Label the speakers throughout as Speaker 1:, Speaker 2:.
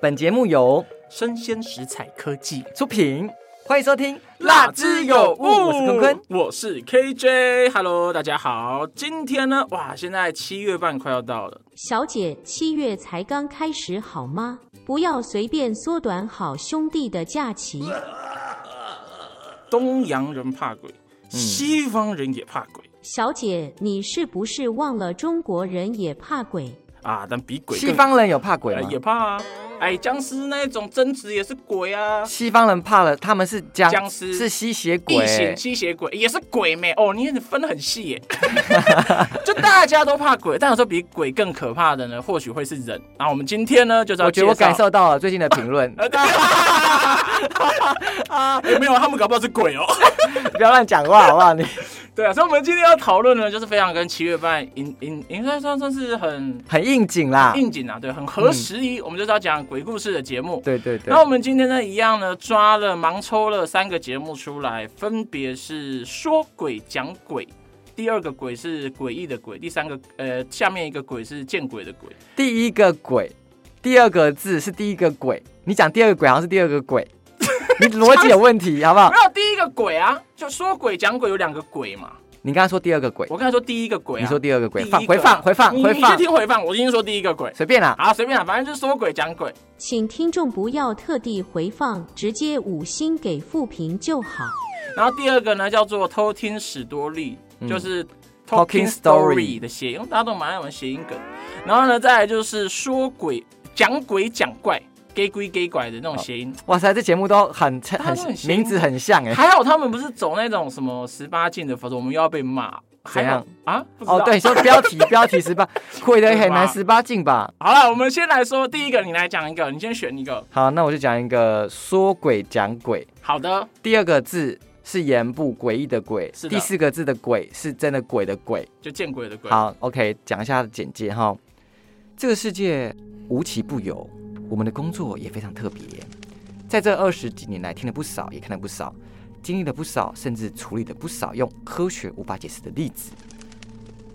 Speaker 1: 本节目由
Speaker 2: 生鲜食材科技，
Speaker 1: 出品，欢迎收听《我是坤坤。
Speaker 2: 我是 KJ，Hello，大家好，今天呢，哇，现在七月半快要到了，
Speaker 3: 小姐，七月才刚开始好吗？不要随便缩短好兄弟的假期。
Speaker 2: 东洋人怕鬼，
Speaker 1: 嗯
Speaker 2: 西方人也怕鬼、
Speaker 3: 小姐，你是不是忘了中国人也怕鬼？
Speaker 2: 啊，但比鬼更
Speaker 1: 西方人有怕鬼
Speaker 2: 呃
Speaker 1: 吗
Speaker 2: 也？怕啊，哎，僵尸那一种贞子也是鬼啊，
Speaker 1: 西方人怕了，他们是僵
Speaker 2: 僵尸
Speaker 1: 是吸血
Speaker 2: 异
Speaker 1: 鬼。
Speaker 2: 形吸血鬼也是鬼咩？哦，你也分得很细耶， 就大家都怕鬼，但有时候比鬼更可怕的呢，或许会是人。然后我们今天呢，就是要
Speaker 1: 我觉得我
Speaker 2: 介绍，
Speaker 1: 感受到了最近的评论
Speaker 2: 呃，对啊，也没有，他们搞不好是鬼哦。
Speaker 1: 不要乱讲话好不好？你
Speaker 2: 对啊，所以我们今天要讨论呢，就是非常跟七月半应应应算算算是很
Speaker 1: 很应景啦。
Speaker 2: 应景啊，对，很合时宜。我们就是要讲鬼故事的节目。
Speaker 1: 嗯对对对
Speaker 2: 那，我们今天呢，一样呢，抓了盲抽了三个节目出来，分别是说鬼讲鬼。第二个鬼是诡异的鬼，第三个呃，下面一个鬼是见鬼的鬼。
Speaker 1: 第一个鬼，第二个字是第一个鬼，你讲第二个鬼好像是第二个 鬼，你逻辑有问题好不好
Speaker 2: 没？有第一个鬼啊，就说鬼讲鬼有两个鬼嘛。
Speaker 1: 你刚刚说第二个鬼，
Speaker 2: 我刚才说第一个鬼啊，
Speaker 1: 你说第二个鬼，
Speaker 2: 第一
Speaker 1: 放
Speaker 2: 个
Speaker 1: 回放回放
Speaker 2: 你
Speaker 1: 回
Speaker 2: 你去
Speaker 1: 放，
Speaker 2: 听回放，我今天说第一个鬼。
Speaker 1: 随便啦。
Speaker 2: 好，随便啦，反正就是说鬼讲鬼。
Speaker 3: 请听众不要特地回放，直接五星给复评就好。
Speaker 2: 然后第二个呢叫做偷听史多利，
Speaker 1: 嗯
Speaker 2: 就是
Speaker 1: Talking
Speaker 2: Talking
Speaker 1: Story
Speaker 2: Story 的谐音，大家都蛮爱玩谐音梗。然后呢，再来就是说鬼讲鬼讲怪。给鬼给拐的那种
Speaker 1: 哦
Speaker 2: 谐音，
Speaker 1: 哇塞，这节目都很
Speaker 2: 大家都
Speaker 1: 很
Speaker 2: 很新
Speaker 1: 名字很像哎。
Speaker 2: 还好他们不是走那种什么十八禁的，否则我们又要被骂。还
Speaker 1: 怎
Speaker 2: 好
Speaker 1: 样
Speaker 2: 啊？不知道
Speaker 1: 哦，对，，说标 题标题十八，鬼的很
Speaker 2: 对吧
Speaker 1: 难十八禁吧？
Speaker 2: 好了，我们先来说第一个，你来讲一个，你先选一个。
Speaker 1: 好，那我就讲一个说鬼讲鬼，
Speaker 2: 好的，
Speaker 1: 第二个字是言不诡异的诡，
Speaker 2: 是的
Speaker 1: 第四个字的鬼是真的鬼的鬼。
Speaker 2: 就见鬼的鬼。
Speaker 1: 好，OK，讲一下简介哈。这个世界无奇不有，我们的工作也非常特别。在这二十几年来，听了不少，也看了不少，经历了不少，甚至处理了不少用科学无法解释的例子。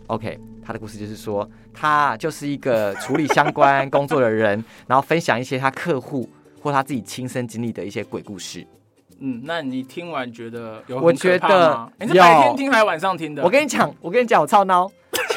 Speaker 1: OK，他的故事就是说，他就是一个处理相关工作的人，然后分享一些他客户或他自己亲身经历的一些鬼故事。
Speaker 2: 嗯，那你听完觉得有
Speaker 1: 我
Speaker 2: 很
Speaker 1: 觉
Speaker 2: 可怕吗？
Speaker 1: 得
Speaker 2: 你是白
Speaker 1: 有
Speaker 2: 天听还是晚上听的？
Speaker 1: 我跟你 讲，我跟你讲，我操孬，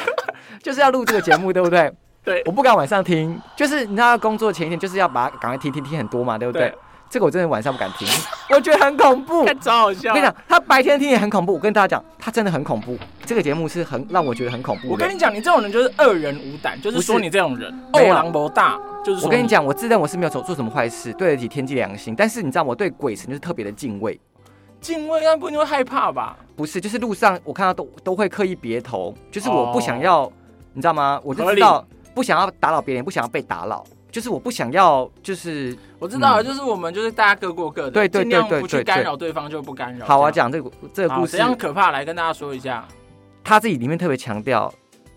Speaker 1: 就是要录这个节目，对不对？
Speaker 2: 对
Speaker 1: 我不敢晚上听，就是你知道工作前一天就是要把它赶快听听听很多嘛，对不对？
Speaker 2: 对
Speaker 1: 这个我真的晚上不敢听，我觉得很恐怖。
Speaker 2: 看超好笑。
Speaker 1: 我跟你讲，他白天听也很恐怖。我跟大家讲，他真的很恐怖。这个节目是很让我觉得很恐怖的。
Speaker 2: 我跟你讲，你这种人就是恶人无胆，就是说
Speaker 1: 不是
Speaker 2: 你这种人
Speaker 1: 没
Speaker 2: 欧
Speaker 1: 有啊
Speaker 2: 狼博大，就是说
Speaker 1: 我跟你，讲，我自认我是没有做做什么坏事，对得起天地良心。但是你知道，我对鬼神就是特别的敬畏。
Speaker 2: 敬畏，但不一定会害怕吧？
Speaker 1: 不是，就是路上我看到都都会刻意别头，就是我不
Speaker 2: 哦
Speaker 1: 想要，你知道吗？我就
Speaker 2: 合
Speaker 1: 知
Speaker 2: 理
Speaker 1: 道不想要打扰别人，不想要被打扰，就是我不想要，就是
Speaker 2: 我知道了，
Speaker 1: 嗯
Speaker 2: 就是我们就是大家各过各的，
Speaker 1: 对对
Speaker 2: 尽量
Speaker 1: 对对
Speaker 2: 不
Speaker 1: 对
Speaker 2: 去
Speaker 1: 对
Speaker 2: 干扰对方就不干扰。
Speaker 1: 好啊，
Speaker 2: 这
Speaker 1: 讲
Speaker 2: 样
Speaker 1: 这个这个
Speaker 2: 好
Speaker 1: 故事
Speaker 2: 怎，样可怕，来跟大家说一下。
Speaker 1: 他自己里面特别强调，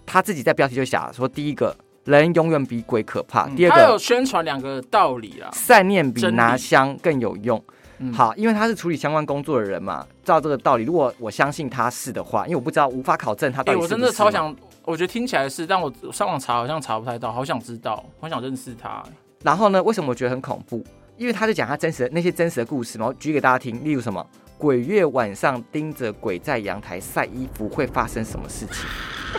Speaker 1: 他自己在标题就写说，第一个人永远比鬼可怕，
Speaker 2: 嗯
Speaker 1: 啊第二
Speaker 2: 他有
Speaker 1: 个
Speaker 2: 宣传两个道理啦。
Speaker 1: 善念比
Speaker 2: 真理
Speaker 1: 拿香更有用。
Speaker 2: 嗯，
Speaker 1: 好，因为他是处理相关工作的人嘛，照这个道理，如果我相信他是的话，因为我不知道无法考证他
Speaker 2: 哎，
Speaker 1: 到底
Speaker 2: 我
Speaker 1: 是不是
Speaker 2: 真
Speaker 1: 嘛。
Speaker 2: 的超想，我觉得听起来是，但我上网查好像查不太到，好想知道，好想认识他。
Speaker 1: 然后呢，为什么我觉得很恐怖？因为他就讲他真实的那些真实的故事嘛，我举给大家听。例如什么鬼月晚上盯着鬼在阳台晒衣服会发生什么事情，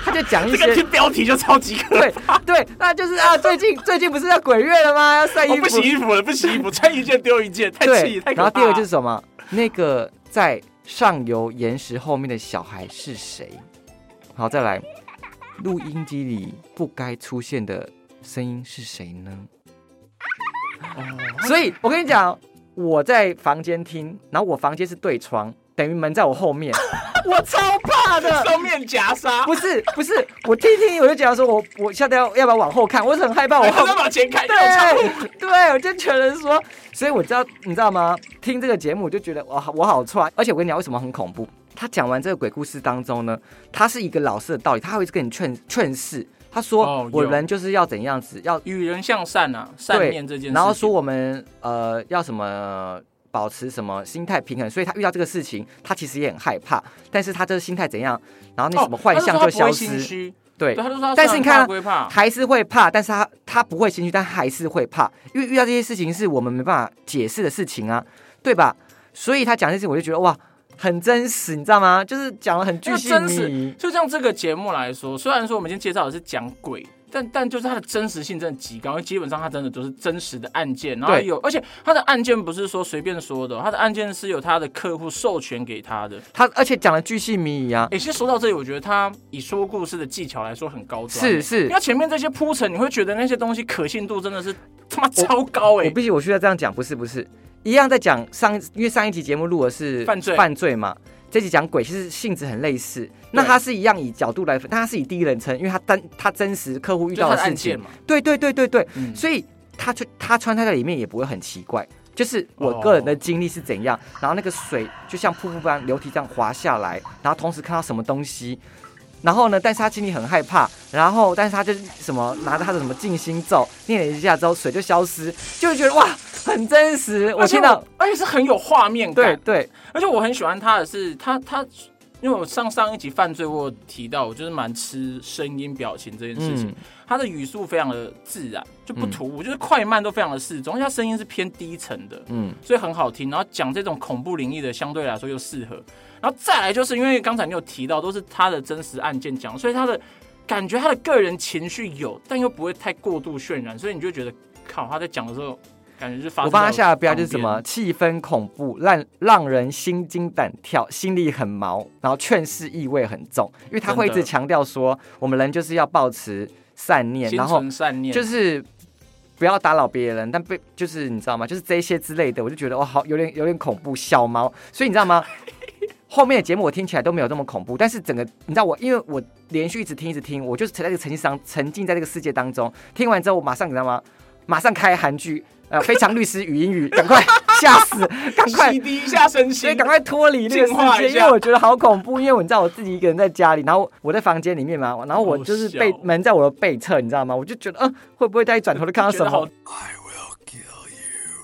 Speaker 1: 他就讲一
Speaker 2: 这
Speaker 1: 些
Speaker 2: 个听标题就超级可
Speaker 1: 对对，那就是啊，最近最近不是要鬼月了吗？要晒衣
Speaker 2: 我
Speaker 1: 服，
Speaker 2: 哦不洗衣服了，不洗衣服， 穿一件丢一件，太
Speaker 1: 对
Speaker 2: 气，太可怕。
Speaker 1: 然后第二个就是
Speaker 2: 是，
Speaker 1: 什么？那个在上游岩石后面的小孩是谁？好，再来，录音机里不该出现的声音是谁呢？
Speaker 2: 哦
Speaker 1: 所以我跟你讲，我在房间听，然后我房间是对窗，等于门在我后面，我超怕的。
Speaker 2: 双面夹杀，
Speaker 1: 不是不是，我听一听我就讲说我，我下次要要不要往后看？我是很害怕，我
Speaker 2: 我
Speaker 1: 后
Speaker 2: 还是把钱开掉。
Speaker 1: 对对，我就觉得说，所以我知道，你知道吗？听这个节目我就觉得哇，我好串。而且我跟你讲，为什么很恐怖？他讲完这个鬼故事当中呢，他是一个老师的道理，他会跟你劝劝世。他说
Speaker 2: 哦，
Speaker 1: 我
Speaker 2: 有
Speaker 1: 人就是要怎样子，要
Speaker 2: 与人向善啊，善
Speaker 1: 对，
Speaker 2: 念这件事情。
Speaker 1: 然后说我们呃要什么保持什么心态平衡，所以他遇到这个事情，他其实也很害怕，但是他这个心态怎样，然后那
Speaker 2: 哦
Speaker 1: 什么幻象就
Speaker 2: 他
Speaker 1: 会
Speaker 2: 说他不会
Speaker 1: 消
Speaker 2: 心
Speaker 1: 失。
Speaker 2: 虚，
Speaker 1: 对
Speaker 2: 对，，他就说他
Speaker 1: 但是
Speaker 2: 虽然
Speaker 1: 你看啊
Speaker 2: 怕归怕，
Speaker 1: 还是会怕，但是他他不会心虚，但还是会怕，因为遇到这些事情是我们没办法解释的事情啊，对吧？所以他讲这些事情，我就觉得哇，很真实，你知道吗？就是讲的很具
Speaker 2: 就
Speaker 1: 细
Speaker 2: 真实
Speaker 1: 迷，。
Speaker 2: 就像这个节目来说，虽然说我们今天介绍的是讲鬼，但但就是它的真实性真的极高，因为基本上它真的都是真实的案件，然后
Speaker 1: 对
Speaker 2: 有，而且它的案件不是说随便说的哦，它的案件是有它的客户授权给他的。
Speaker 1: 他而且讲的巨细迷遗啊，
Speaker 2: 诶，其实说到这里，我觉得他以说故事的技巧来说很高端，
Speaker 1: 是是
Speaker 2: 因为前面这些铺陈，你会觉得那些东西可信度真的是他妈超高哎、
Speaker 1: 我必须我需要这样讲，不是不是，一样在讲上，因为上一集节目录的是
Speaker 2: 犯罪
Speaker 1: 犯罪嘛，这集讲鬼，其实性质很类似。那他是一样以角度来分，但他是以第一人称，因为他真他真实客户遇
Speaker 2: 就是
Speaker 1: 到
Speaker 2: 他
Speaker 1: 的
Speaker 2: 的
Speaker 1: 事
Speaker 2: 案
Speaker 1: 情
Speaker 2: 件，嘛，
Speaker 1: 对对对对对，
Speaker 2: 嗯，
Speaker 1: 所以他穿他穿插在里面也不会很奇怪。就是我
Speaker 2: 哦
Speaker 1: 个人的经历是怎样，然后那个水就像瀑布般流体这样滑下来，然后同时看到什么东西，然后呢，但是他心里很害怕，然后但是他就是什么拿着他的什么静心咒念了一下之后，水就消失，就会觉得哇很真实。我
Speaker 2: 而且
Speaker 1: 听到，
Speaker 2: 而且是很有画面感
Speaker 1: 对，对
Speaker 2: 而且我很喜欢他的是，他他因为我上上一集犯罪我有提到，我就是蛮吃声音表情这件事情，
Speaker 1: 嗯
Speaker 2: 他的语速非常的自然，就不突兀，就是快慢都非常的适中，而且他声音是偏低沉的，
Speaker 1: 嗯，
Speaker 2: 所以很好听。然后讲这种恐怖灵异的，相对来说又适合。然后再来就是因为刚才你有提到，都是他的真实案件讲，所以他的感觉他的个人情绪有，但又不会太过度渲染，所以你就觉得靠他在讲的时候，感觉就是发生
Speaker 1: 我帮他
Speaker 2: 在
Speaker 1: 下的标
Speaker 2: 旁
Speaker 1: 就是什
Speaker 2: 边
Speaker 1: 么气氛恐怖，让让人心惊胆跳，心里很毛，然后劝世意味很重，因为他会一
Speaker 2: 真的
Speaker 1: 直强调说，我们人就是要保持善念，
Speaker 2: 心
Speaker 1: 然后
Speaker 2: 存善念，
Speaker 1: 就是不要打扰别人，但被就是你知道吗？就是这些之类的，我就觉得哦，好有点有点恐怖，小猫。所以你知道吗？后面的节目我听起来都没有这么恐怖，但是整个你知道我，因为我连续一直听一直听，我就是在这个沉浸上沉浸在这个世界当中。听完之后，我马上你知道吗？马上开韩剧，呃，《非常律师语音语》，赶快吓死，赶快
Speaker 2: 洗涤一下身
Speaker 1: 所以
Speaker 2: 心，
Speaker 1: 赶快脱离那个
Speaker 2: 净化
Speaker 1: 世
Speaker 2: 一
Speaker 1: 界，
Speaker 2: 下
Speaker 1: 因为我觉得好恐怖。因为我你知道我自己一个人在家里，然后我在房间里面嘛，然后我就是被
Speaker 2: 好笑
Speaker 1: 门在我的背侧，你知道吗？我就觉得，嗯、会不会大家一转头就看到
Speaker 2: 觉
Speaker 1: 什
Speaker 2: 得好
Speaker 1: 么？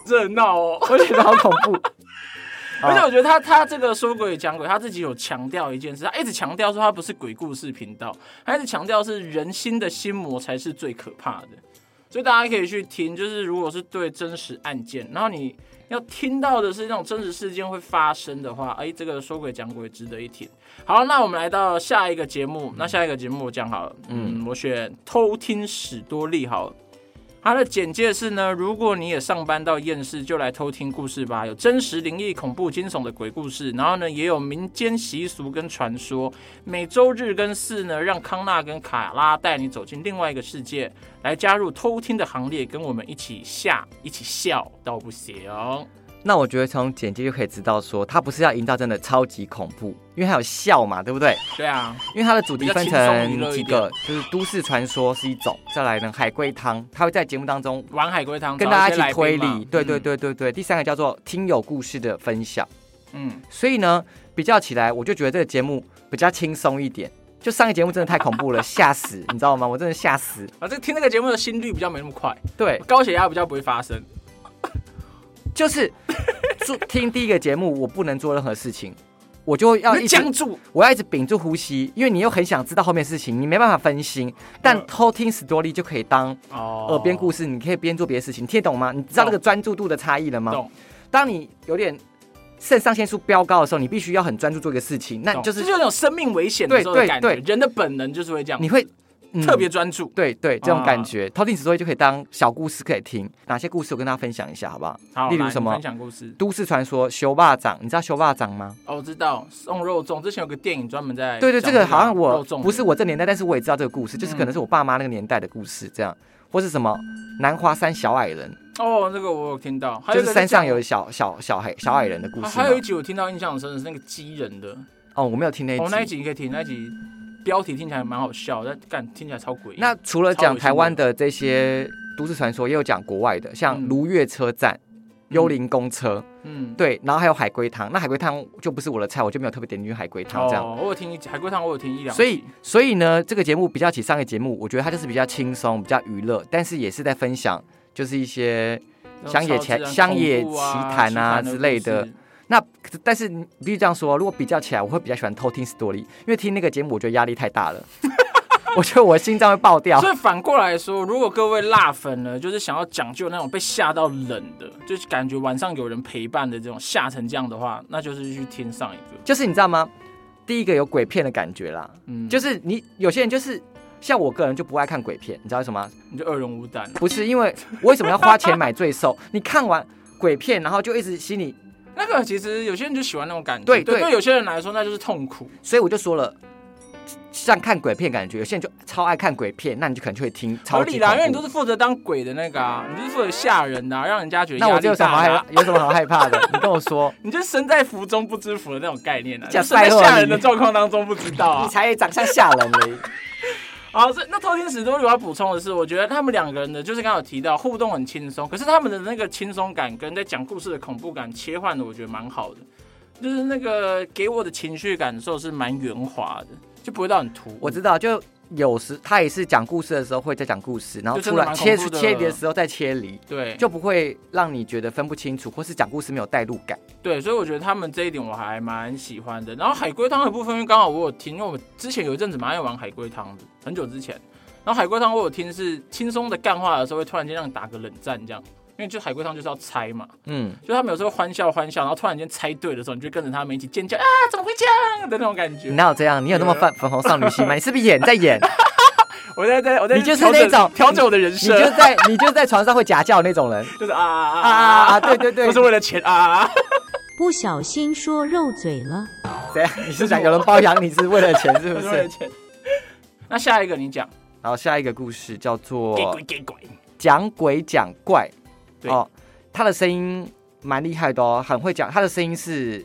Speaker 2: 热闹哦。
Speaker 1: 我觉得好恐怖。
Speaker 2: 而且我觉得他他这个说鬼讲鬼，他自己有强调一件事，他一直强调说他不是鬼故事频道，他一直强调是人心的心魔才是最可怕的。所以大家可以去听，就是如果是对真实案件，然后你要听到的是那种真实事件会发生的话，哎，这个说鬼讲鬼值得一听。好，那我们来到下一个节目，那下一个节目我讲好了，嗯，我选偷听史多利好了。它的简介是呢，如果你也上班到厌世，就来偷听故事吧。有真实灵异、恐怖、惊悚的鬼故事，然后呢，也有民间习俗跟传说。每周日跟四呢，让康纳跟卡拉带你走进另外一个世界，来加入偷听的行列，跟我们一起吓，一起笑到不行。
Speaker 1: 那我觉得从简介就可以知道说，他不是要营造真的超级恐怖，因为还有笑嘛，对不对？
Speaker 2: 对啊，
Speaker 1: 因为它的主题分
Speaker 2: 比较轻松娱乐
Speaker 1: 成几
Speaker 2: 一点
Speaker 1: 个，就是都市传说是一种，再来呢海龟汤，他会在节目当中
Speaker 2: 玩海龟汤，
Speaker 1: 跟大家
Speaker 2: 找
Speaker 1: 一
Speaker 2: 些
Speaker 1: 起推
Speaker 2: 来宾
Speaker 1: 理。
Speaker 2: 嘛嗯
Speaker 1: 对对，对对对，第三个叫做听友故事的分享。
Speaker 2: 嗯，
Speaker 1: 所以呢，比较起来，我就觉得这个节目比较轻松一点。就上个节目真的太恐怖 了，吓死，你知道吗？我真的吓死。
Speaker 2: 啊，这听这个节目的心率比较没那么快，
Speaker 1: 对，
Speaker 2: 高血压比较不会发生。
Speaker 1: 就是做听第一个节目，我不能做任何事情，我就要
Speaker 2: 你
Speaker 1: 一直
Speaker 2: 僵住，
Speaker 1: 我要一直屏住呼吸，因为你又很想知道后面的事情，你没办法分心。
Speaker 2: 嗯
Speaker 1: 但偷听 story 就可以当
Speaker 2: 哦
Speaker 1: 耳边故事，你可以边做别的事情，你听得懂吗？你知道那个专注度的差异了吗？
Speaker 2: 懂。
Speaker 1: 当你有点肾上腺素飙高的时候，你必须要很专注做一个事情，那
Speaker 2: 懂
Speaker 1: 就是
Speaker 2: 就是有种生命危险的时候的
Speaker 1: 对对
Speaker 2: 感觉，
Speaker 1: 对
Speaker 2: 人的本能就是会这样，
Speaker 1: 你会、嗯
Speaker 2: 特别专注。
Speaker 1: 对对，这种
Speaker 2: 啊
Speaker 1: 感觉，偷听史多利就可以当小故事可以听。哪些故事我跟大家分享一下，好不好？
Speaker 2: 好，
Speaker 1: 例如
Speaker 2: 来
Speaker 1: 什么
Speaker 2: 你分享故事？
Speaker 1: 都市传说修霸掌，你知道修霸掌吗？
Speaker 2: 哦，我知道送肉粽，之前有个电影专门在
Speaker 1: 对对，
Speaker 2: 讲
Speaker 1: 这个好像我
Speaker 2: 肉粽
Speaker 1: 不是我这年代，但是我也知道这个故事，就是可能是我爸妈那个年代的故事，这样，或是什么南华山小矮人，
Speaker 2: 哦，那个我有听到，还
Speaker 1: 就
Speaker 2: 有一
Speaker 1: 是
Speaker 2: 个
Speaker 1: 山上
Speaker 2: 讲
Speaker 1: 有小小小矮小矮人的故
Speaker 2: 啊
Speaker 1: 事
Speaker 2: 还有一
Speaker 1: 嘛。
Speaker 2: 集我听到印象很深的是那个鸡人的，
Speaker 1: 哦，我没有听那
Speaker 2: 哦，那一
Speaker 1: 一集。
Speaker 2: 集你可以听，那一集标题听起来蛮好笑，但干听起来超诡异。
Speaker 1: 那除了
Speaker 2: 超恶
Speaker 1: 讲
Speaker 2: 心
Speaker 1: 台湾的这些都市传说，也有讲国外的，像
Speaker 2: 嗯
Speaker 1: 如月车站、幽灵公车，
Speaker 2: 嗯，
Speaker 1: 对，然后还有海龟汤。那海龟汤就不是我的菜，我就没有特别点进去海龟汤这样。
Speaker 2: 哦，我有听一集海龟汤，我有听一两集，
Speaker 1: 所以，所以呢，这个节目比较起上个节目，我觉得它就是比较轻松、比较娱乐，但是也是在分享，就是一些乡野奇
Speaker 2: 奇
Speaker 1: 乡野
Speaker 2: 奇
Speaker 1: 奇谈啊之类的
Speaker 2: 故事。
Speaker 1: 那。但是你 必须这样说，如果比较起来，我会比较喜欢偷听 story，因为听那个节目，我觉得压力太大了。我觉得我心脏会爆掉。
Speaker 2: 所以反过来说，如果各位辣粉呢，就是想要讲究那种被吓到冷的，就是感觉晚上有人陪伴的这种吓成这样的话，那就是去听上一个。
Speaker 1: 就是你知道吗？第一个有鬼片的感觉啦，
Speaker 2: 嗯，就
Speaker 1: 就是你有些人就是像我个人就不爱看鬼片，你知道为什么吗？
Speaker 2: 你就恶人无胆。
Speaker 1: 不是因为我为什么要花钱买罪受？ 你看完鬼片，然后就一直心里，
Speaker 2: 那个其实有些人就喜欢那种感觉，
Speaker 1: 对
Speaker 2: 对，
Speaker 1: 对
Speaker 2: 对有些人来说那就是痛苦。
Speaker 1: 所以我就说了。像看鬼片感觉，有些人就超爱看鬼片，那你就可能就会听
Speaker 2: 合
Speaker 1: 超级
Speaker 2: 理啦，因为你
Speaker 1: 恐
Speaker 2: 都
Speaker 1: 怖
Speaker 2: 是负责当鬼的那个啊，你就是负责吓人的、啊，让人家觉得
Speaker 1: 那
Speaker 2: 压
Speaker 1: 我这
Speaker 2: 力
Speaker 1: 有什么
Speaker 2: 大
Speaker 1: 好
Speaker 2: 的
Speaker 1: 害
Speaker 2: 啊。
Speaker 1: 有什么好害怕的？ 你跟我说，
Speaker 2: 你就是身在福中不知福的那种概念啊，就
Speaker 1: 讲
Speaker 2: 是在
Speaker 1: 拜托
Speaker 2: 吓
Speaker 1: 你
Speaker 2: 人的状况当中不知道啊
Speaker 1: 你。才长相吓人而已。
Speaker 2: 好，所以那偷天使多里我要补充的是，我觉得他们两个人的，就是刚刚有提到互动很轻松，可是他们的那个轻松感跟在讲故事的恐怖感切换的，我觉得蛮好的，就是那个给我的情绪感受是蛮圆滑的，就不会到很突兀。
Speaker 1: 我知道，就有时他也是讲故事的时候会在讲故事，然后
Speaker 2: 就真
Speaker 1: 出
Speaker 2: 的
Speaker 1: 来
Speaker 2: 蛮
Speaker 1: 切
Speaker 2: 恐怖的
Speaker 1: 切离的时候再切离，
Speaker 2: 对，就
Speaker 1: 就不会让你觉得分不清楚，或是讲故事没有代入感。
Speaker 2: 对，所以我觉得他们这一点我还蛮喜欢的。然后海龟汤的部分，因为刚好我有听，因为我之前有一阵子蛮爱玩海龟汤的，很久之前。然后海龟汤我有听是轻松的干话的时候，会突然间让你打个冷战这样，因为就海龟汤就是要猜嘛。
Speaker 1: 嗯，
Speaker 2: 就他们有时候欢笑欢笑，然后突然间猜对的时候，你就跟着他们一起尖叫啊，怎么会这样的那种感
Speaker 1: 你
Speaker 2: 觉。
Speaker 1: 哪有这样？你有那么粉
Speaker 2: 啊
Speaker 1: 粉红少女心吗？你是不是演在演？
Speaker 2: 我在在我在
Speaker 1: 你就是
Speaker 2: 调整
Speaker 1: 那种
Speaker 2: 调整我的人
Speaker 1: 你
Speaker 2: 设，
Speaker 1: 就在你就在床上会夹叫那种人
Speaker 2: 就是啊
Speaker 1: 啊
Speaker 2: 啊
Speaker 1: 啊啊！对对对
Speaker 2: 不是，为了钱啊啊啊！
Speaker 3: 不小心说漏嘴了。
Speaker 1: 怎 样？啊你是想有人包养你是为了钱是
Speaker 2: 不
Speaker 1: 不
Speaker 2: 是
Speaker 1: 是
Speaker 2: 为了？钱。那下一个你讲，
Speaker 1: 然后下一个故事叫做
Speaker 2: 给鬼给鬼，
Speaker 1: 讲鬼讲怪，哦
Speaker 2: 对，
Speaker 1: 他的声音蛮厉害的哦，很会讲。他的声音是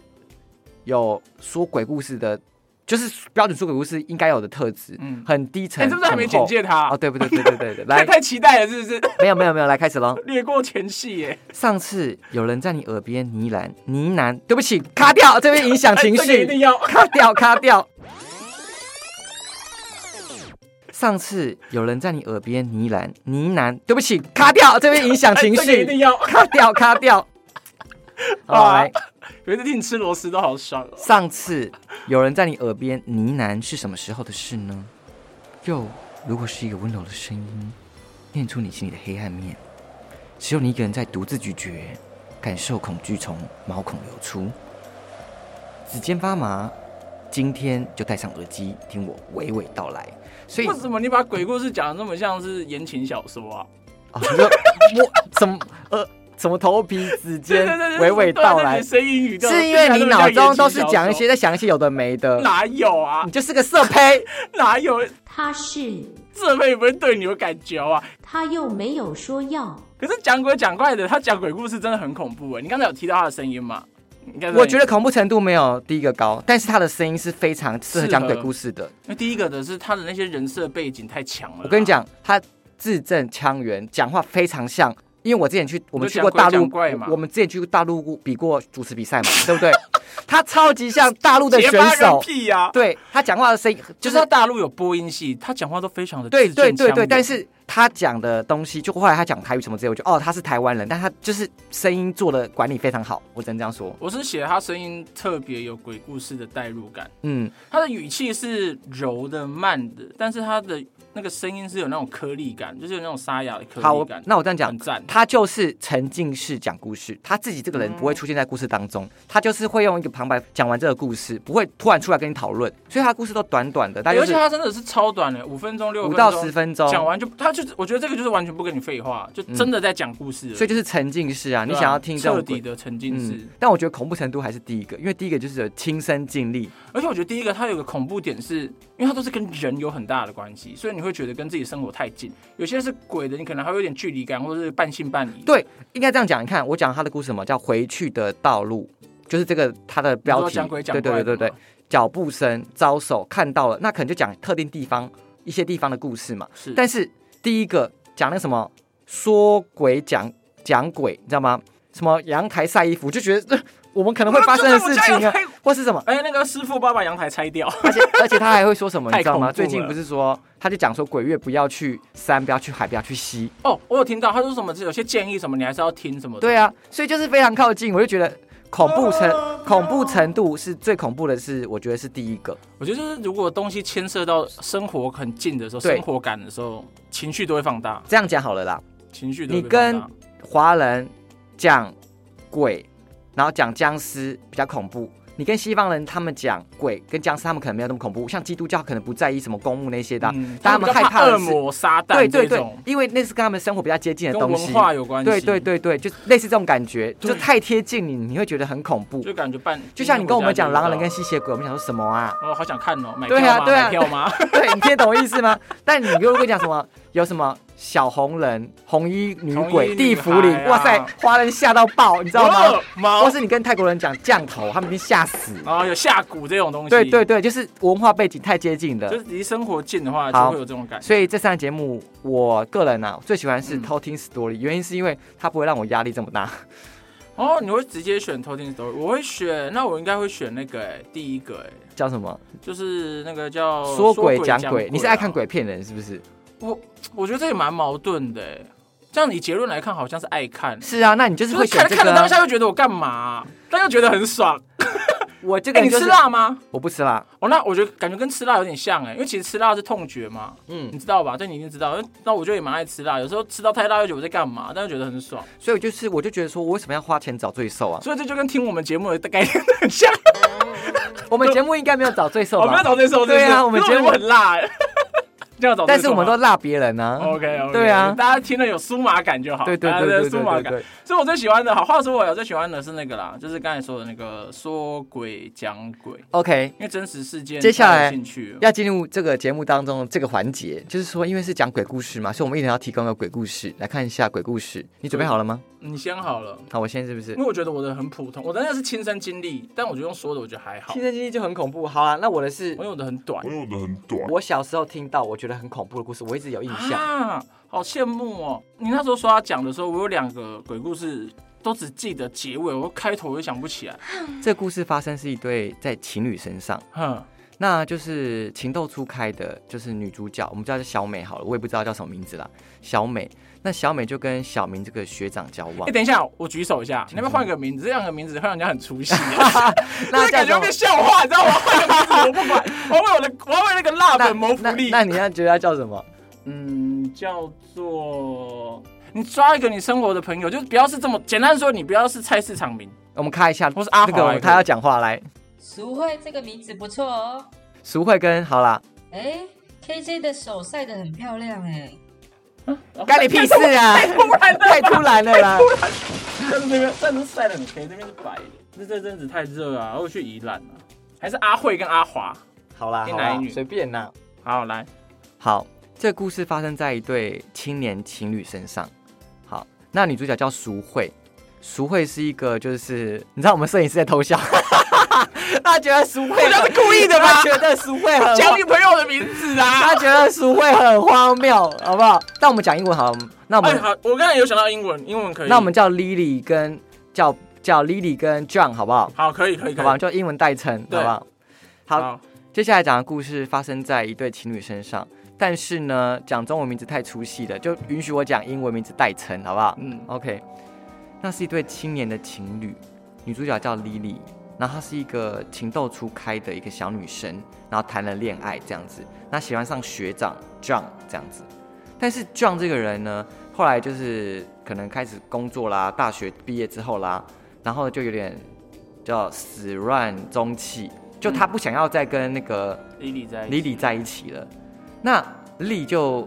Speaker 1: 有说鬼故事的，就是标准说鬼故事应该有的特质，
Speaker 2: 嗯，
Speaker 1: 很低沉。
Speaker 2: 哎，是不是还没啊
Speaker 1: 很厚
Speaker 2: 简介他
Speaker 1: 哦，？对不对？对对对对，
Speaker 2: 太
Speaker 1: 来，
Speaker 2: 太期待了，是不是？
Speaker 1: 没有没有没有，来开始喽。
Speaker 2: 略过前戏耶，
Speaker 1: 上次有人在你耳边呢喃呢喃，对不起，卡掉，这边影响情
Speaker 2: 哎这个一
Speaker 1: 绪
Speaker 2: 定，要。
Speaker 1: 卡掉卡掉。上次有人在你耳边呢喃呢喃，对不起，卡掉，这边影响情
Speaker 2: 哎这个一
Speaker 1: 绪
Speaker 2: 定，要。
Speaker 1: 卡掉卡掉。好，
Speaker 2: 啊
Speaker 1: 来，
Speaker 2: 有一次听你吃螺丝都好爽哦。
Speaker 1: 上次有人在你耳边呢喃是什么时候的事呢？又如果是一个温柔的声音，念出你心里的黑暗面，只有你一个人在独自咀嚼，感受恐惧从毛孔流出，指尖发麻。今天就戴上耳机，听我娓娓道来。所以
Speaker 2: 为什么你把鬼故事讲的那么像是言情小说啊？
Speaker 1: 啊，你说 我怎么呃，怎么头皮指尖
Speaker 2: 对
Speaker 1: 娓
Speaker 2: 对对对
Speaker 1: 娓
Speaker 2: 对啊
Speaker 1: 道
Speaker 2: 对
Speaker 1: 来
Speaker 2: 对，声音语调
Speaker 1: 是因为你
Speaker 2: 啊
Speaker 1: 脑中都是讲一
Speaker 2: 听起
Speaker 1: 些
Speaker 2: 来那么像言情小
Speaker 1: 在想一些有的没的
Speaker 2: 说， 哪有啊
Speaker 1: 你？就是个色胚。
Speaker 2: 哪有
Speaker 3: 他是，
Speaker 2: 这辈不会对你有感觉啊？
Speaker 3: 他又没有说要。
Speaker 2: 可是讲鬼讲怪的，他讲鬼故事真的很恐怖哎。你刚才有提到他的声音吗？你刚才
Speaker 1: 我觉得恐怖程度没有第一个高，但是他的声音是非常适合讲鬼故事的。
Speaker 2: 那第一个的是他的那些人设背景太强了。
Speaker 1: 我跟你，讲，他字正腔圆，讲话非常像。因为我之前去，我们去过
Speaker 2: 讲鬼
Speaker 1: 大陆
Speaker 2: 讲怪嘛，
Speaker 1: 我们之前去过大陆比过主持比赛嘛，对不 对？他超级像大陆的
Speaker 2: 结
Speaker 1: 选
Speaker 2: 巴个
Speaker 1: 手，
Speaker 2: 屁呀！
Speaker 1: 对他讲话的声音就
Speaker 2: 就
Speaker 1: 是是
Speaker 2: 他大陆有播音系，他讲话都非常的
Speaker 1: 对
Speaker 2: 字
Speaker 1: 对
Speaker 2: 正
Speaker 1: 对
Speaker 2: 腔
Speaker 1: 对，
Speaker 2: 圆
Speaker 1: 但是他讲的东西，就后来他讲台语什么之类，我就哦他是台湾人，但他就是声音做的管理非常好，我只能这样说。
Speaker 2: 我是写他声音特别有鬼故事的代入感，
Speaker 1: 嗯，
Speaker 2: 他的语气是柔的慢的，但是他的那个声音是有那种颗粒感，就是有那种沙哑的颗
Speaker 1: 好，
Speaker 2: 粒
Speaker 1: 我
Speaker 2: 感。
Speaker 1: 那我这样讲
Speaker 2: 很，赞，
Speaker 1: 他就是沉浸式讲故事，他自己这个人不会出现在故事当中，他就是会用一个旁白讲完这个故事，不会突然出来跟你讨论，所以他的故事都短短的，大
Speaker 2: 对
Speaker 1: 概
Speaker 2: 而
Speaker 1: 就
Speaker 2: 且
Speaker 1: 是
Speaker 2: 他真的是超短的，五分钟六
Speaker 1: 五
Speaker 2: 分
Speaker 1: 到
Speaker 2: 钟
Speaker 1: 十分钟，
Speaker 2: 讲完就他就是，我觉得这个就是完全不跟你废话，就真的在讲故事了、
Speaker 1: 所以就是沉浸式啊，
Speaker 2: 对啊
Speaker 1: 你想要听这
Speaker 2: 彻
Speaker 1: 种
Speaker 2: 底
Speaker 1: 鬼。
Speaker 2: 的沉浸式、
Speaker 1: 嗯，但我觉得恐怖程度还是第一个，因为第一个就是有亲身经历，
Speaker 2: 而且我觉得第一个它有个恐怖点是，因为它都是跟人有很大的关系，所以你会觉得跟自己生活太近。有些是鬼的，你可能还会有点距离感，或者是半信半疑。
Speaker 1: 对应该这样讲。你看，我讲他的故事什么叫回去的道路，就是这个他的标
Speaker 2: 你
Speaker 1: 题，
Speaker 2: 说讲鬼讲
Speaker 1: 对对
Speaker 2: 怪
Speaker 1: 对对
Speaker 2: 的
Speaker 1: 对
Speaker 2: 嘛，
Speaker 1: 脚步声、招手看到了，那可能就讲特定地方一些地方的故事嘛。
Speaker 2: 是，
Speaker 1: 但是第一个讲那个什么说鬼讲讲鬼，你知道吗？什么阳台晒衣服，就觉得、呃 我们可能会发生的事
Speaker 2: 。
Speaker 1: 情啊，或是什么
Speaker 2: 哎、那个师傅把把阳台拆掉，
Speaker 1: 而且而且他还会说什么，你知道吗？
Speaker 2: 太恐怖了
Speaker 1: 最近不是说他就讲说鬼月不要去山，不要去海，不要去 溪。
Speaker 2: 哦，我有听到他说什么，有些建议什么，你还是要听什么的。
Speaker 1: 对啊，所以就是非常靠近，我就觉得恐怖 程恐怖程度是最恐怖的是，我觉得是第一个。
Speaker 2: 我觉得就是如果东西牵涉到生活很近的时候，
Speaker 1: 对
Speaker 2: 生活感的时候，情绪都会放大，
Speaker 1: 这样讲好了啦，
Speaker 2: 情绪都会
Speaker 1: 你
Speaker 2: 被放
Speaker 1: 跟
Speaker 2: 大。
Speaker 1: 华人讲鬼，然后讲僵尸比较恐怖。你跟西方人他们讲鬼跟僵尸，他们可能没有那么恐怖。像基督教可能不在意什么公墓那些的啊，
Speaker 2: 嗯
Speaker 1: 但他
Speaker 2: 们
Speaker 1: 们害
Speaker 2: 比较
Speaker 1: 怕的
Speaker 2: 恶
Speaker 1: 是
Speaker 2: 魔、撒
Speaker 1: 对
Speaker 2: 旦
Speaker 1: 对
Speaker 2: 这
Speaker 1: 对
Speaker 2: 种，，
Speaker 1: 因为那是跟他们生活比较接近的
Speaker 2: 跟
Speaker 1: 东
Speaker 2: 文
Speaker 1: 西。
Speaker 2: 化有关系。
Speaker 1: 对对，对对，就类似这种感觉，
Speaker 2: 对
Speaker 1: 就太贴近你，你会觉得很恐怖。
Speaker 2: 就感觉半
Speaker 1: 就像你跟我们讲狼人跟
Speaker 2: 哦
Speaker 1: 吸血鬼，我们想说什么啊？，
Speaker 2: 我好想看哦，买票
Speaker 1: 对啊
Speaker 2: 吗？
Speaker 1: 对啊
Speaker 2: 买票吗？
Speaker 1: 对，你听得懂我意思吗？但你如果讲什么有什么小红人、红衣女
Speaker 2: 红衣女
Speaker 1: 鬼、地
Speaker 2: 孩
Speaker 1: 府灵
Speaker 2: 啊，
Speaker 1: 哇塞，华人吓到爆，你 知道吗？
Speaker 2: 猫
Speaker 1: 或是你跟泰国人讲降头，他们已经吓死。
Speaker 2: 哦，有下蛊这种东西。
Speaker 1: 对对，对，就是文化背景太接近了
Speaker 2: 就。是离生活近的话，就
Speaker 1: 好
Speaker 2: 会有这种感觉。
Speaker 1: 所以这三个节目，我个人啊最喜欢是
Speaker 2: 嗯
Speaker 1: 偷听 story，、原因是因为它不会让我压力这么大。
Speaker 2: 哦，你会直接选偷听 story，我会选，那我应该会选那个哎、第一个哎、
Speaker 1: 叫什么？
Speaker 2: 就是那个叫
Speaker 1: 说鬼讲
Speaker 2: 哦鬼,、啊
Speaker 1: 鬼，你是爱看？鬼片人是不是？
Speaker 2: 我我觉得这也蛮矛盾的、哎这样以结论来看，好像是爱看，
Speaker 1: 是啊，那你就是
Speaker 2: 就
Speaker 1: 会
Speaker 2: 是看
Speaker 1: 选这
Speaker 2: 了看了
Speaker 1: 个
Speaker 2: 当
Speaker 1: 啊。
Speaker 2: 下又觉得我干嘛、但又觉得很爽。
Speaker 1: 我这个
Speaker 2: 哎、
Speaker 1: 人
Speaker 2: 你
Speaker 1: 就
Speaker 2: 吃
Speaker 1: 是
Speaker 2: 辣吗？
Speaker 1: 我不吃辣。
Speaker 2: 哦，那我觉得感觉跟吃辣有点像哎、因为其实吃辣是痛觉嘛，
Speaker 1: 嗯
Speaker 2: 你，知道吧？这你一定知道。那我就也蛮爱吃辣，有时候吃到太辣又觉得我在干嘛，但又觉得很爽。
Speaker 1: 所以我就是我就觉得说，我为什么要花钱找罪受啊？
Speaker 2: 所以这就跟听我们节目的概念很像。
Speaker 1: 我们节目应该没有找罪受
Speaker 2: 我
Speaker 1: 吧
Speaker 2: 们要？找这首，
Speaker 1: 对啊我们
Speaker 2: 觉
Speaker 1: 节
Speaker 2: 得
Speaker 1: 目
Speaker 2: 很辣哎，这样找哦这首吗。
Speaker 1: 但是我们都辣别人啊。
Speaker 2: OK OK，
Speaker 1: 对啊
Speaker 2: 大家听了有酥麻感就好，
Speaker 1: 对对
Speaker 2: 大
Speaker 1: 对
Speaker 2: 家
Speaker 1: 对
Speaker 2: 的
Speaker 1: 对
Speaker 2: 酥麻
Speaker 1: 对
Speaker 2: 感。
Speaker 1: 对，
Speaker 2: 所以我最喜欢的，好话说回来，我最喜欢的是那个啦，就是刚才说的那个说鬼讲鬼，
Speaker 1: OK，
Speaker 2: 因为真实事件
Speaker 1: 接下来
Speaker 2: 太有兴趣了
Speaker 1: 要进入这个节目当中的这个环节，就是说，因为是讲鬼故事嘛，所以我们一定要提供个鬼故事来看一下鬼故事。你准备好了吗？
Speaker 2: 你先好了，
Speaker 1: 好，我现在是不
Speaker 2: 因
Speaker 1: 是？
Speaker 2: 为我觉得我的很普通，我的那个是亲身经历，但我觉得用说的我觉得还好
Speaker 1: 亲，身经历就很恐怖。好啊，那我的是
Speaker 2: 我用的很短
Speaker 4: 我
Speaker 1: 嗯
Speaker 4: 用的很短。
Speaker 1: 我小时候听到我觉得很恐怖的故事，我一直有印象。
Speaker 2: 啊，好羡慕哦！你那时候说要讲的时候，我有两个鬼故事。都只记得结尾，我开头又想不起来。
Speaker 1: 这故事发生是一对在情侣身上。
Speaker 2: 哼，
Speaker 1: 那就是情窦初开的，就是女主角，我们叫她小美好了，我也不知道叫什么名字啦。小美，那小美就跟小明这个学长交往
Speaker 2: 哎、，等一下，我举手一下，你要不要换个名字？这两个名字会让人家很出戏。啊
Speaker 1: 那
Speaker 2: 感
Speaker 1: 叫什
Speaker 2: 觉被
Speaker 1: 么？
Speaker 2: 笑话，你知道吗？我不管，我为我的，我为那个辣
Speaker 1: 那
Speaker 2: 本谋福
Speaker 1: 那
Speaker 2: 利。
Speaker 1: 那你要觉得她叫什么？
Speaker 2: 嗯，叫做你抓一个你生活的朋友，就是不要是这么简单说，你不要是菜市场名，
Speaker 1: 我们看一下，
Speaker 2: 或是阿
Speaker 1: 那
Speaker 2: 豪
Speaker 1: 个
Speaker 2: 来一个
Speaker 1: 她要讲话来。
Speaker 5: 淑慧这个名字不错哦。
Speaker 1: 淑慧跟好啦，
Speaker 5: 哎，KJ 的手晒得很漂亮哎。
Speaker 1: 干你屁事啊！ 太突然了啦！
Speaker 2: 但是这边但是晒得很黑，这边是白的。这这阵子太热啊，我去宜兰啊，还是阿慧跟阿华。
Speaker 1: 好啦，
Speaker 2: 一
Speaker 1: 好
Speaker 2: 男一
Speaker 1: 啦
Speaker 2: 女，
Speaker 1: 随便啦。
Speaker 2: 好，来，
Speaker 1: 好，这个故事发生在一对青年情侣身上。好，那女主角叫淑慧，淑慧是一个就是你知道我们摄影师在偷笑， 他觉得淑慧
Speaker 2: 他是故意的吧
Speaker 1: 他觉得淑慧很
Speaker 2: 讲
Speaker 1: 荒
Speaker 2: 你，朋友的名字啊
Speaker 1: 他。觉得淑慧很荒谬，好不好？那我们讲英文好了，那我
Speaker 2: 哎，
Speaker 1: 们、
Speaker 2: 好，我刚才有想到英文，英文可以。
Speaker 1: 那我们叫 Lily 跟叫叫 Lily 跟 John 好不好？
Speaker 2: 好，可以，可以，可
Speaker 1: 好吧，
Speaker 2: 以。
Speaker 1: 就英文代称，
Speaker 2: 对
Speaker 1: 好不好？好，，接下来讲的故事发生在一对情侣身上，但是呢，讲中文名字太出戏了，就允许我讲英文名字代称，好不好
Speaker 2: 嗯，
Speaker 1: ？OK，那是一对青年的情侣，女主角叫 Lily，然后她是一个情窦初开的一个小女生，然后谈了恋爱这样子，那喜欢上学长 John 这样子，但是 John 这个人呢，后来就是可能开始工作啦，大学毕业之后啦，然后就有点叫始乱终弃，就他不想要再跟那个。
Speaker 2: 李李在一起。
Speaker 1: 李李在一起了，那丽就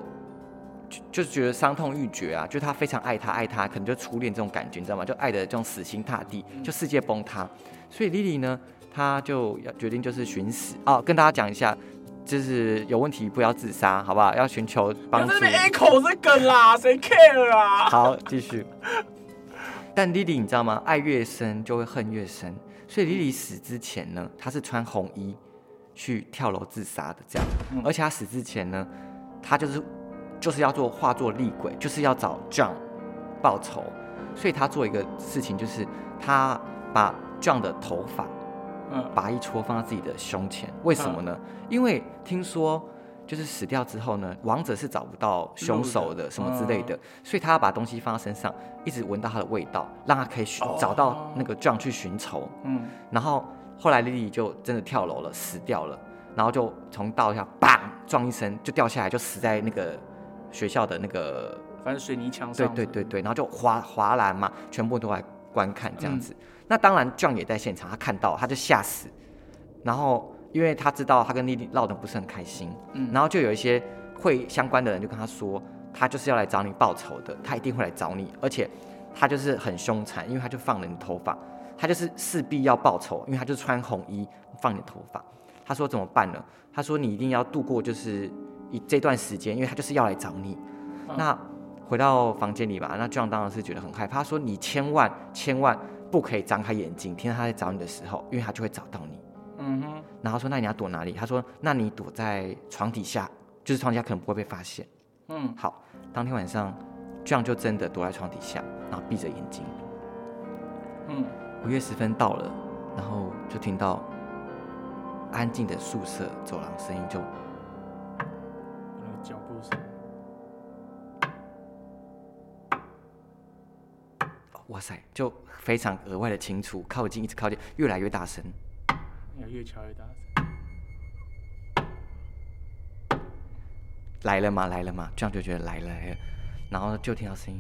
Speaker 1: 就就觉得伤痛欲绝啊，就她非常爱他，爱他可能就初恋这种感觉，你知道吗？就爱的这种死心塌地，就世界崩塌。所以莉莉呢，她就要决定就是寻死啊、哦，跟大家讲一下。就是有问题不要自杀，好不好？要寻求
Speaker 2: 不
Speaker 1: 帮
Speaker 2: 要
Speaker 1: 助
Speaker 2: 在。那边 echo 这个啦，谁 care 啊？
Speaker 1: 好，继续。但莉莉你知道吗？爱越深就会恨越深，所以莉莉死之前呢，她是穿红衣去跳楼自杀的，这样。
Speaker 2: 嗯
Speaker 1: 而且她死之前呢，她就是就是要做化作厉鬼，就是要找 John 报仇。所以她做一个事情，就是她把 John 的头发
Speaker 2: 嗯，
Speaker 1: 拔一撮放在自己的胸前，为什么呢？因为听说就是死掉之后呢，亡者是找不到凶手
Speaker 2: 路的
Speaker 1: 的什么之类的，所以他要把东西放在身上，一直闻到它的味道，让他可以寻
Speaker 2: 哦
Speaker 1: 找到那个 John 去寻仇。
Speaker 2: 嗯，
Speaker 1: 然后后来莉莉就真的跳楼了，死掉了，然后就从道下砰撞一声就掉下来，就死在那个学校的那个
Speaker 2: 反正水泥墙
Speaker 1: 对
Speaker 2: 上，
Speaker 1: 对对，对，然后就哗哗然嘛，全部都来观看这
Speaker 2: 嗯
Speaker 1: 样子。那当然，John 也在现场，他看到他就吓死，然后因为他知道他跟莉莉闹得不是很开心，
Speaker 2: 嗯
Speaker 1: 然后就有一些会相关的人就跟他说，他就是要来找你报仇的，他一定会来找你，而且他就是很凶残，因为他就放了你的头发，他就是势必要报仇，因为他就穿红衣放你的头发。他说怎么办呢？他说你一定要度过就是一这段时间，因为他就是要来找你。
Speaker 2: 嗯
Speaker 1: 那回到房间里吧，那 John 当然是觉得很害怕，他说你千万千万不可以张开眼睛，听到他在找你的时候，因为他就会找到你。
Speaker 2: 嗯哼，
Speaker 1: 然后说那你要躲哪里？他说那你躲在床底下，就是床底下可能不会被发现。
Speaker 2: 嗯，
Speaker 1: 好，当天晚上 John 就真的躲在床底下，然后闭着眼睛。
Speaker 2: 嗯，
Speaker 1: 五月时分到了，然后就听到安静的宿舍走廊声音就
Speaker 2: 那个脚步声，
Speaker 1: 哇塞，就非常额外的清楚，靠近一直靠近，越来越大声。
Speaker 2: 要越敲越大声。
Speaker 1: 来了吗？来了吗？这样就觉得来了来了，然后就听到声音，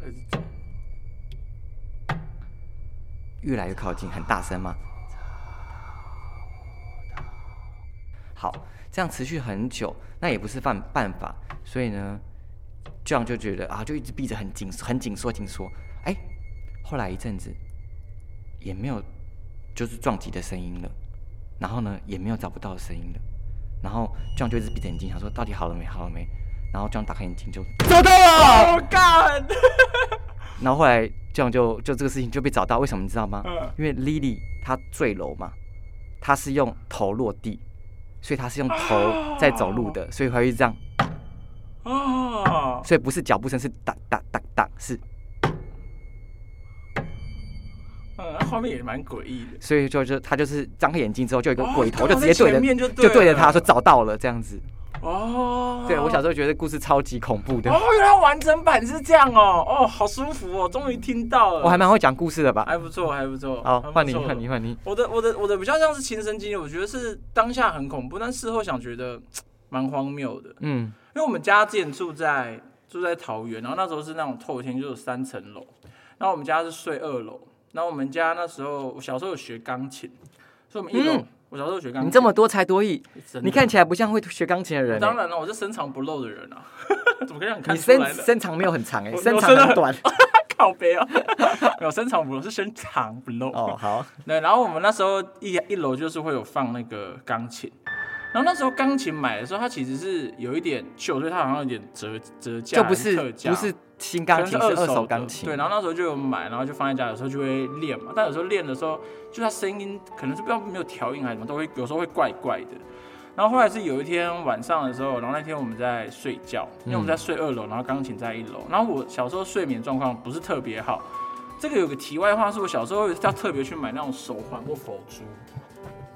Speaker 2: 那是脚
Speaker 1: 越来越靠近，很大声吗？好，这样持续很久，那也不是办办法，所以呢，这样就觉得啊，就一直闭着很紧很紧缩紧缩，哎，后来一阵子也没有就是撞击的声音了，然后呢也没有找不到的声音了，然后这样就一直闭着眼睛想说到底好了没好了没，然后这样打开眼睛就
Speaker 2: 找到了，Oh God！
Speaker 1: 然后后来这样就就这个事情就被找到，为什么你知道吗？
Speaker 2: 嗯
Speaker 1: 因为 Lily 她坠楼嘛，她是用头落地，所以她是用头在走路的，所以才会这样，
Speaker 2: 啊，
Speaker 1: 所以不是脚步声是哒哒哒哒，是
Speaker 2: 嗯，画面也蛮诡异的。
Speaker 1: 所以就就她就是张开眼睛之后就有一个
Speaker 2: 哦
Speaker 1: 鬼头，
Speaker 2: 刚
Speaker 1: 就
Speaker 2: 好
Speaker 1: 直接
Speaker 2: 在
Speaker 1: 对
Speaker 2: 前
Speaker 1: 着
Speaker 2: 面就对
Speaker 1: 就对着
Speaker 2: 了
Speaker 1: 她说找到了这样子。
Speaker 2: 哦，
Speaker 1: 对我小时候觉得故事超级恐怖的，
Speaker 2: 哦，原来完整版是这样哦，哦，好舒服哦，终于听到了。
Speaker 1: 我还蛮会讲故事的吧？
Speaker 2: 还不错，还不错。
Speaker 1: 好，
Speaker 2: 哎还不
Speaker 1: 换你
Speaker 2: 错
Speaker 1: 换你。换你，
Speaker 2: 我的我的我的比较像是亲身经历，我觉得是当下很恐怖，但事后想觉得嗯蛮荒谬的。
Speaker 1: 嗯
Speaker 2: 因为我们家之前住在住在桃园，然后那时候是那种透天，就是有三层楼，然后我们家是睡二楼，然后我们家那时候我小时候有学钢琴，所以我们一楼、
Speaker 1: 嗯
Speaker 2: 我小时候有学钢琴，
Speaker 1: 你这么多才多艺，
Speaker 2: 真的
Speaker 1: 你看起来不像会学钢琴的人欸、欸
Speaker 2: 当然了，我是深藏不露的人啊， 怎么可以让你看
Speaker 1: 你
Speaker 2: 出来
Speaker 1: 身
Speaker 2: 的？
Speaker 1: 身长没有很长哎、
Speaker 2: 我
Speaker 1: 身
Speaker 2: 我
Speaker 1: 长
Speaker 2: 身
Speaker 1: 很
Speaker 2: 上
Speaker 1: 短。
Speaker 2: 靠背啊， 没有深藏不露，是深藏不露。
Speaker 1: 哦，好，
Speaker 2: 对，然后我们那时候一一楼就是会有放那个钢琴，然后那时候钢琴买的时候，它其实是有一点旧，所以它好像有点折折价，
Speaker 1: 就不
Speaker 2: 特
Speaker 1: 是
Speaker 2: 价
Speaker 1: 不是新
Speaker 2: 可
Speaker 1: 钢
Speaker 2: 能
Speaker 1: 琴，是
Speaker 2: 二
Speaker 1: 二手
Speaker 2: 的
Speaker 1: 钢琴。
Speaker 2: 对，然后那时候就有买，然后就放在家，有时候就会练嘛。但有时候练的时候，就它声音可能是不知道没有调音还是什么，都会有时候会怪怪的。然后后来是呃有一天晚上的时候，然后那天我们在睡觉，因为我们在睡二楼，然后钢琴在一楼。然后我小时候睡眠状况不是特别好，这个有个题外话，是我小时候要特别去买那种手环或佛珠，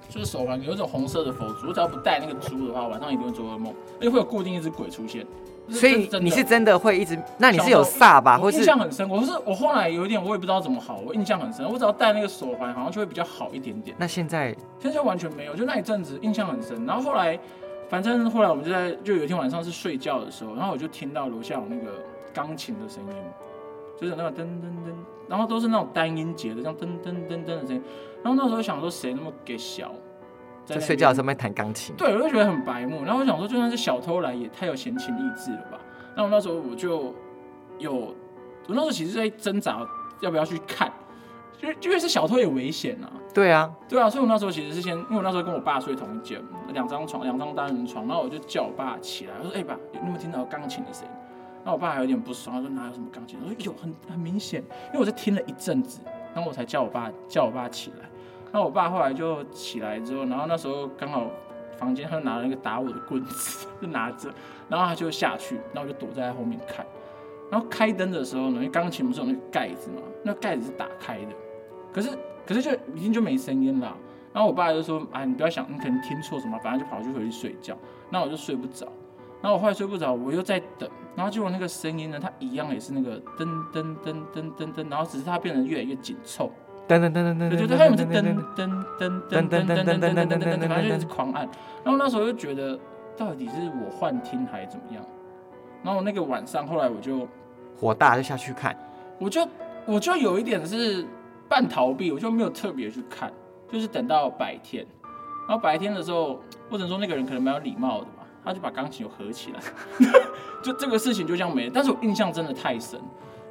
Speaker 2: 就是手环有一种红色的佛珠，我只要不戴那个珠的话，晚上一定会做噩梦，而且会有固定一只鬼出现。这是
Speaker 1: 所
Speaker 2: 这
Speaker 1: 以
Speaker 2: 真
Speaker 1: 你
Speaker 2: 的
Speaker 1: 是真的会一直？那你
Speaker 2: 小
Speaker 1: 是
Speaker 2: 时候
Speaker 1: 有煞吧，
Speaker 2: 我
Speaker 1: 或
Speaker 2: 印
Speaker 1: 是
Speaker 2: 象很深，我是我后来有一点我也不知道怎么好，我印象很深，我只要戴那个手环好像就会比较好一点点，
Speaker 1: 那现在
Speaker 2: 现在完全没有，就那一阵子印象很深。然后后来，反正后来我们就在就有一天晚上是睡觉的时候，然后我就听到楼下有那个钢琴的声音，就是那个噔噔噔，然后都是那种单音节的，像噔噔噔噔的声音。然后那时候想说谁那么给小，
Speaker 1: 在
Speaker 2: 那
Speaker 1: 睡
Speaker 2: 边
Speaker 1: 觉的时候在弹钢琴？
Speaker 2: 对，我就觉得很白目。然后我想说，就算是小偷来，也太有闲情逸致了吧？那我那时候我就有，我那时候其实在挣扎要不要去看，因为因为是小偷也危险啊。
Speaker 1: 对啊，
Speaker 2: 对啊，所以我那时候其实是先，因为我那时候跟我爸睡同一间，两张床，两张单人床，然后我就叫我爸起来，我说：“哎、爸，你有没有听到钢琴的声音？”然后我爸还有点不爽，他说：“哪有什么钢琴？”我说：“有，很很明显，因为我在听了一阵子，然后我才叫我爸叫我爸起来。”然后我爸后来就起来之后，然后那时候刚好房间他就拿 了一个打我的棍子，就拿着，然后他就下去，然后我就躲在后面看。然后开灯的时候呢，因为钢琴不是有那个盖子嘛，那盖子是打开的，可是可是就已经就没声音了。然后我爸就说：“啊，你不要想，你可能听错什么，反正就跑去回去睡觉。”那我就睡不着，然后我后来睡不着，我又在等，然后结果那个声音呢，它一样也是那个噔噔噔噔噔噔，然后只是它变得越来越紧凑，
Speaker 1: 噔噔噔噔噔
Speaker 2: 对对
Speaker 1: 噔
Speaker 2: 对，它有
Speaker 1: 噔
Speaker 2: 是
Speaker 1: 噔
Speaker 2: 噔
Speaker 1: 噔
Speaker 2: 噔
Speaker 1: 噔，
Speaker 2: 噔噔噔噔噔噔噔噔噔噔噔，反正就一直狂按。然后那时候就觉得，到底是我幻听还是怎么样？然后那个晚上，后来我就
Speaker 1: 火大就下去看，
Speaker 2: 我就我就有一点是半逃避，我就没有特别去看，就是等到白天，然后白天的时候，或者说那个人可能蛮有礼貌的吧，他就把钢琴合起来， 就这个事情就这样没了。但是我印象真的太深，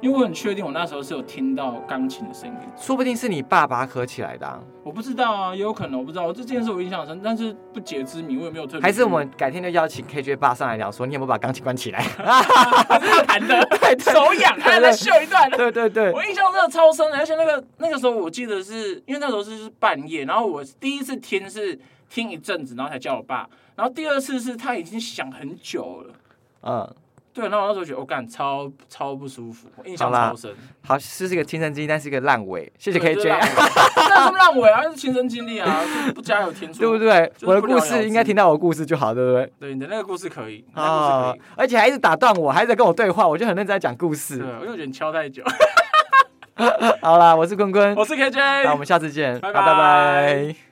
Speaker 2: 因为我很确定我那时候是有听到钢琴的声音，
Speaker 1: 说不定是你爸爸合起来的、啊，
Speaker 2: 我不知道啊，也有可能我不知道，这件事我印象很深，但是不解之谜，我也没有特别。
Speaker 1: 还是我们改天就邀请 KJ 爸上来聊，说你有没有把钢琴关起来？
Speaker 2: 还 是他弹的手痒，他还在秀一 段。
Speaker 1: 对对 对，
Speaker 2: 我印象真的超深的，而且那个那个时候我记得是因为那时候是就是半夜，然后我第一次听是听一阵子，然后才叫我爸，然后第二次是他已经想很久了，
Speaker 1: 嗯，
Speaker 2: 对，然后我那时候觉得我哦干、超超不舒服，我印象
Speaker 1: 好啦
Speaker 2: 超深，
Speaker 1: 好，是是个亲身经历，但是一个烂尾，谢谢
Speaker 2: 对就是
Speaker 1: KJ，
Speaker 2: 烂尾这是 烂尾啊，这是亲身经历啊，就是不加油添醋，
Speaker 1: 对不？ 对？
Speaker 2: 就是
Speaker 1: 我的
Speaker 2: 不了
Speaker 1: 故
Speaker 2: 了
Speaker 1: 事
Speaker 2: 之
Speaker 1: 应该听到我的故事就好，对不对？
Speaker 2: 对，你的那个故事可以，你的故事
Speaker 1: 啊
Speaker 2: 可以。，
Speaker 1: 而且还一直打断我，还在跟我对话，我就很认真在讲故
Speaker 2: 对，
Speaker 1: 事。
Speaker 2: 我有点敲太久。
Speaker 1: 好啦，我是坤坤
Speaker 2: 我，是 KJ，
Speaker 1: 那我们下次见，
Speaker 2: 哦哎拜
Speaker 1: 好拜拜。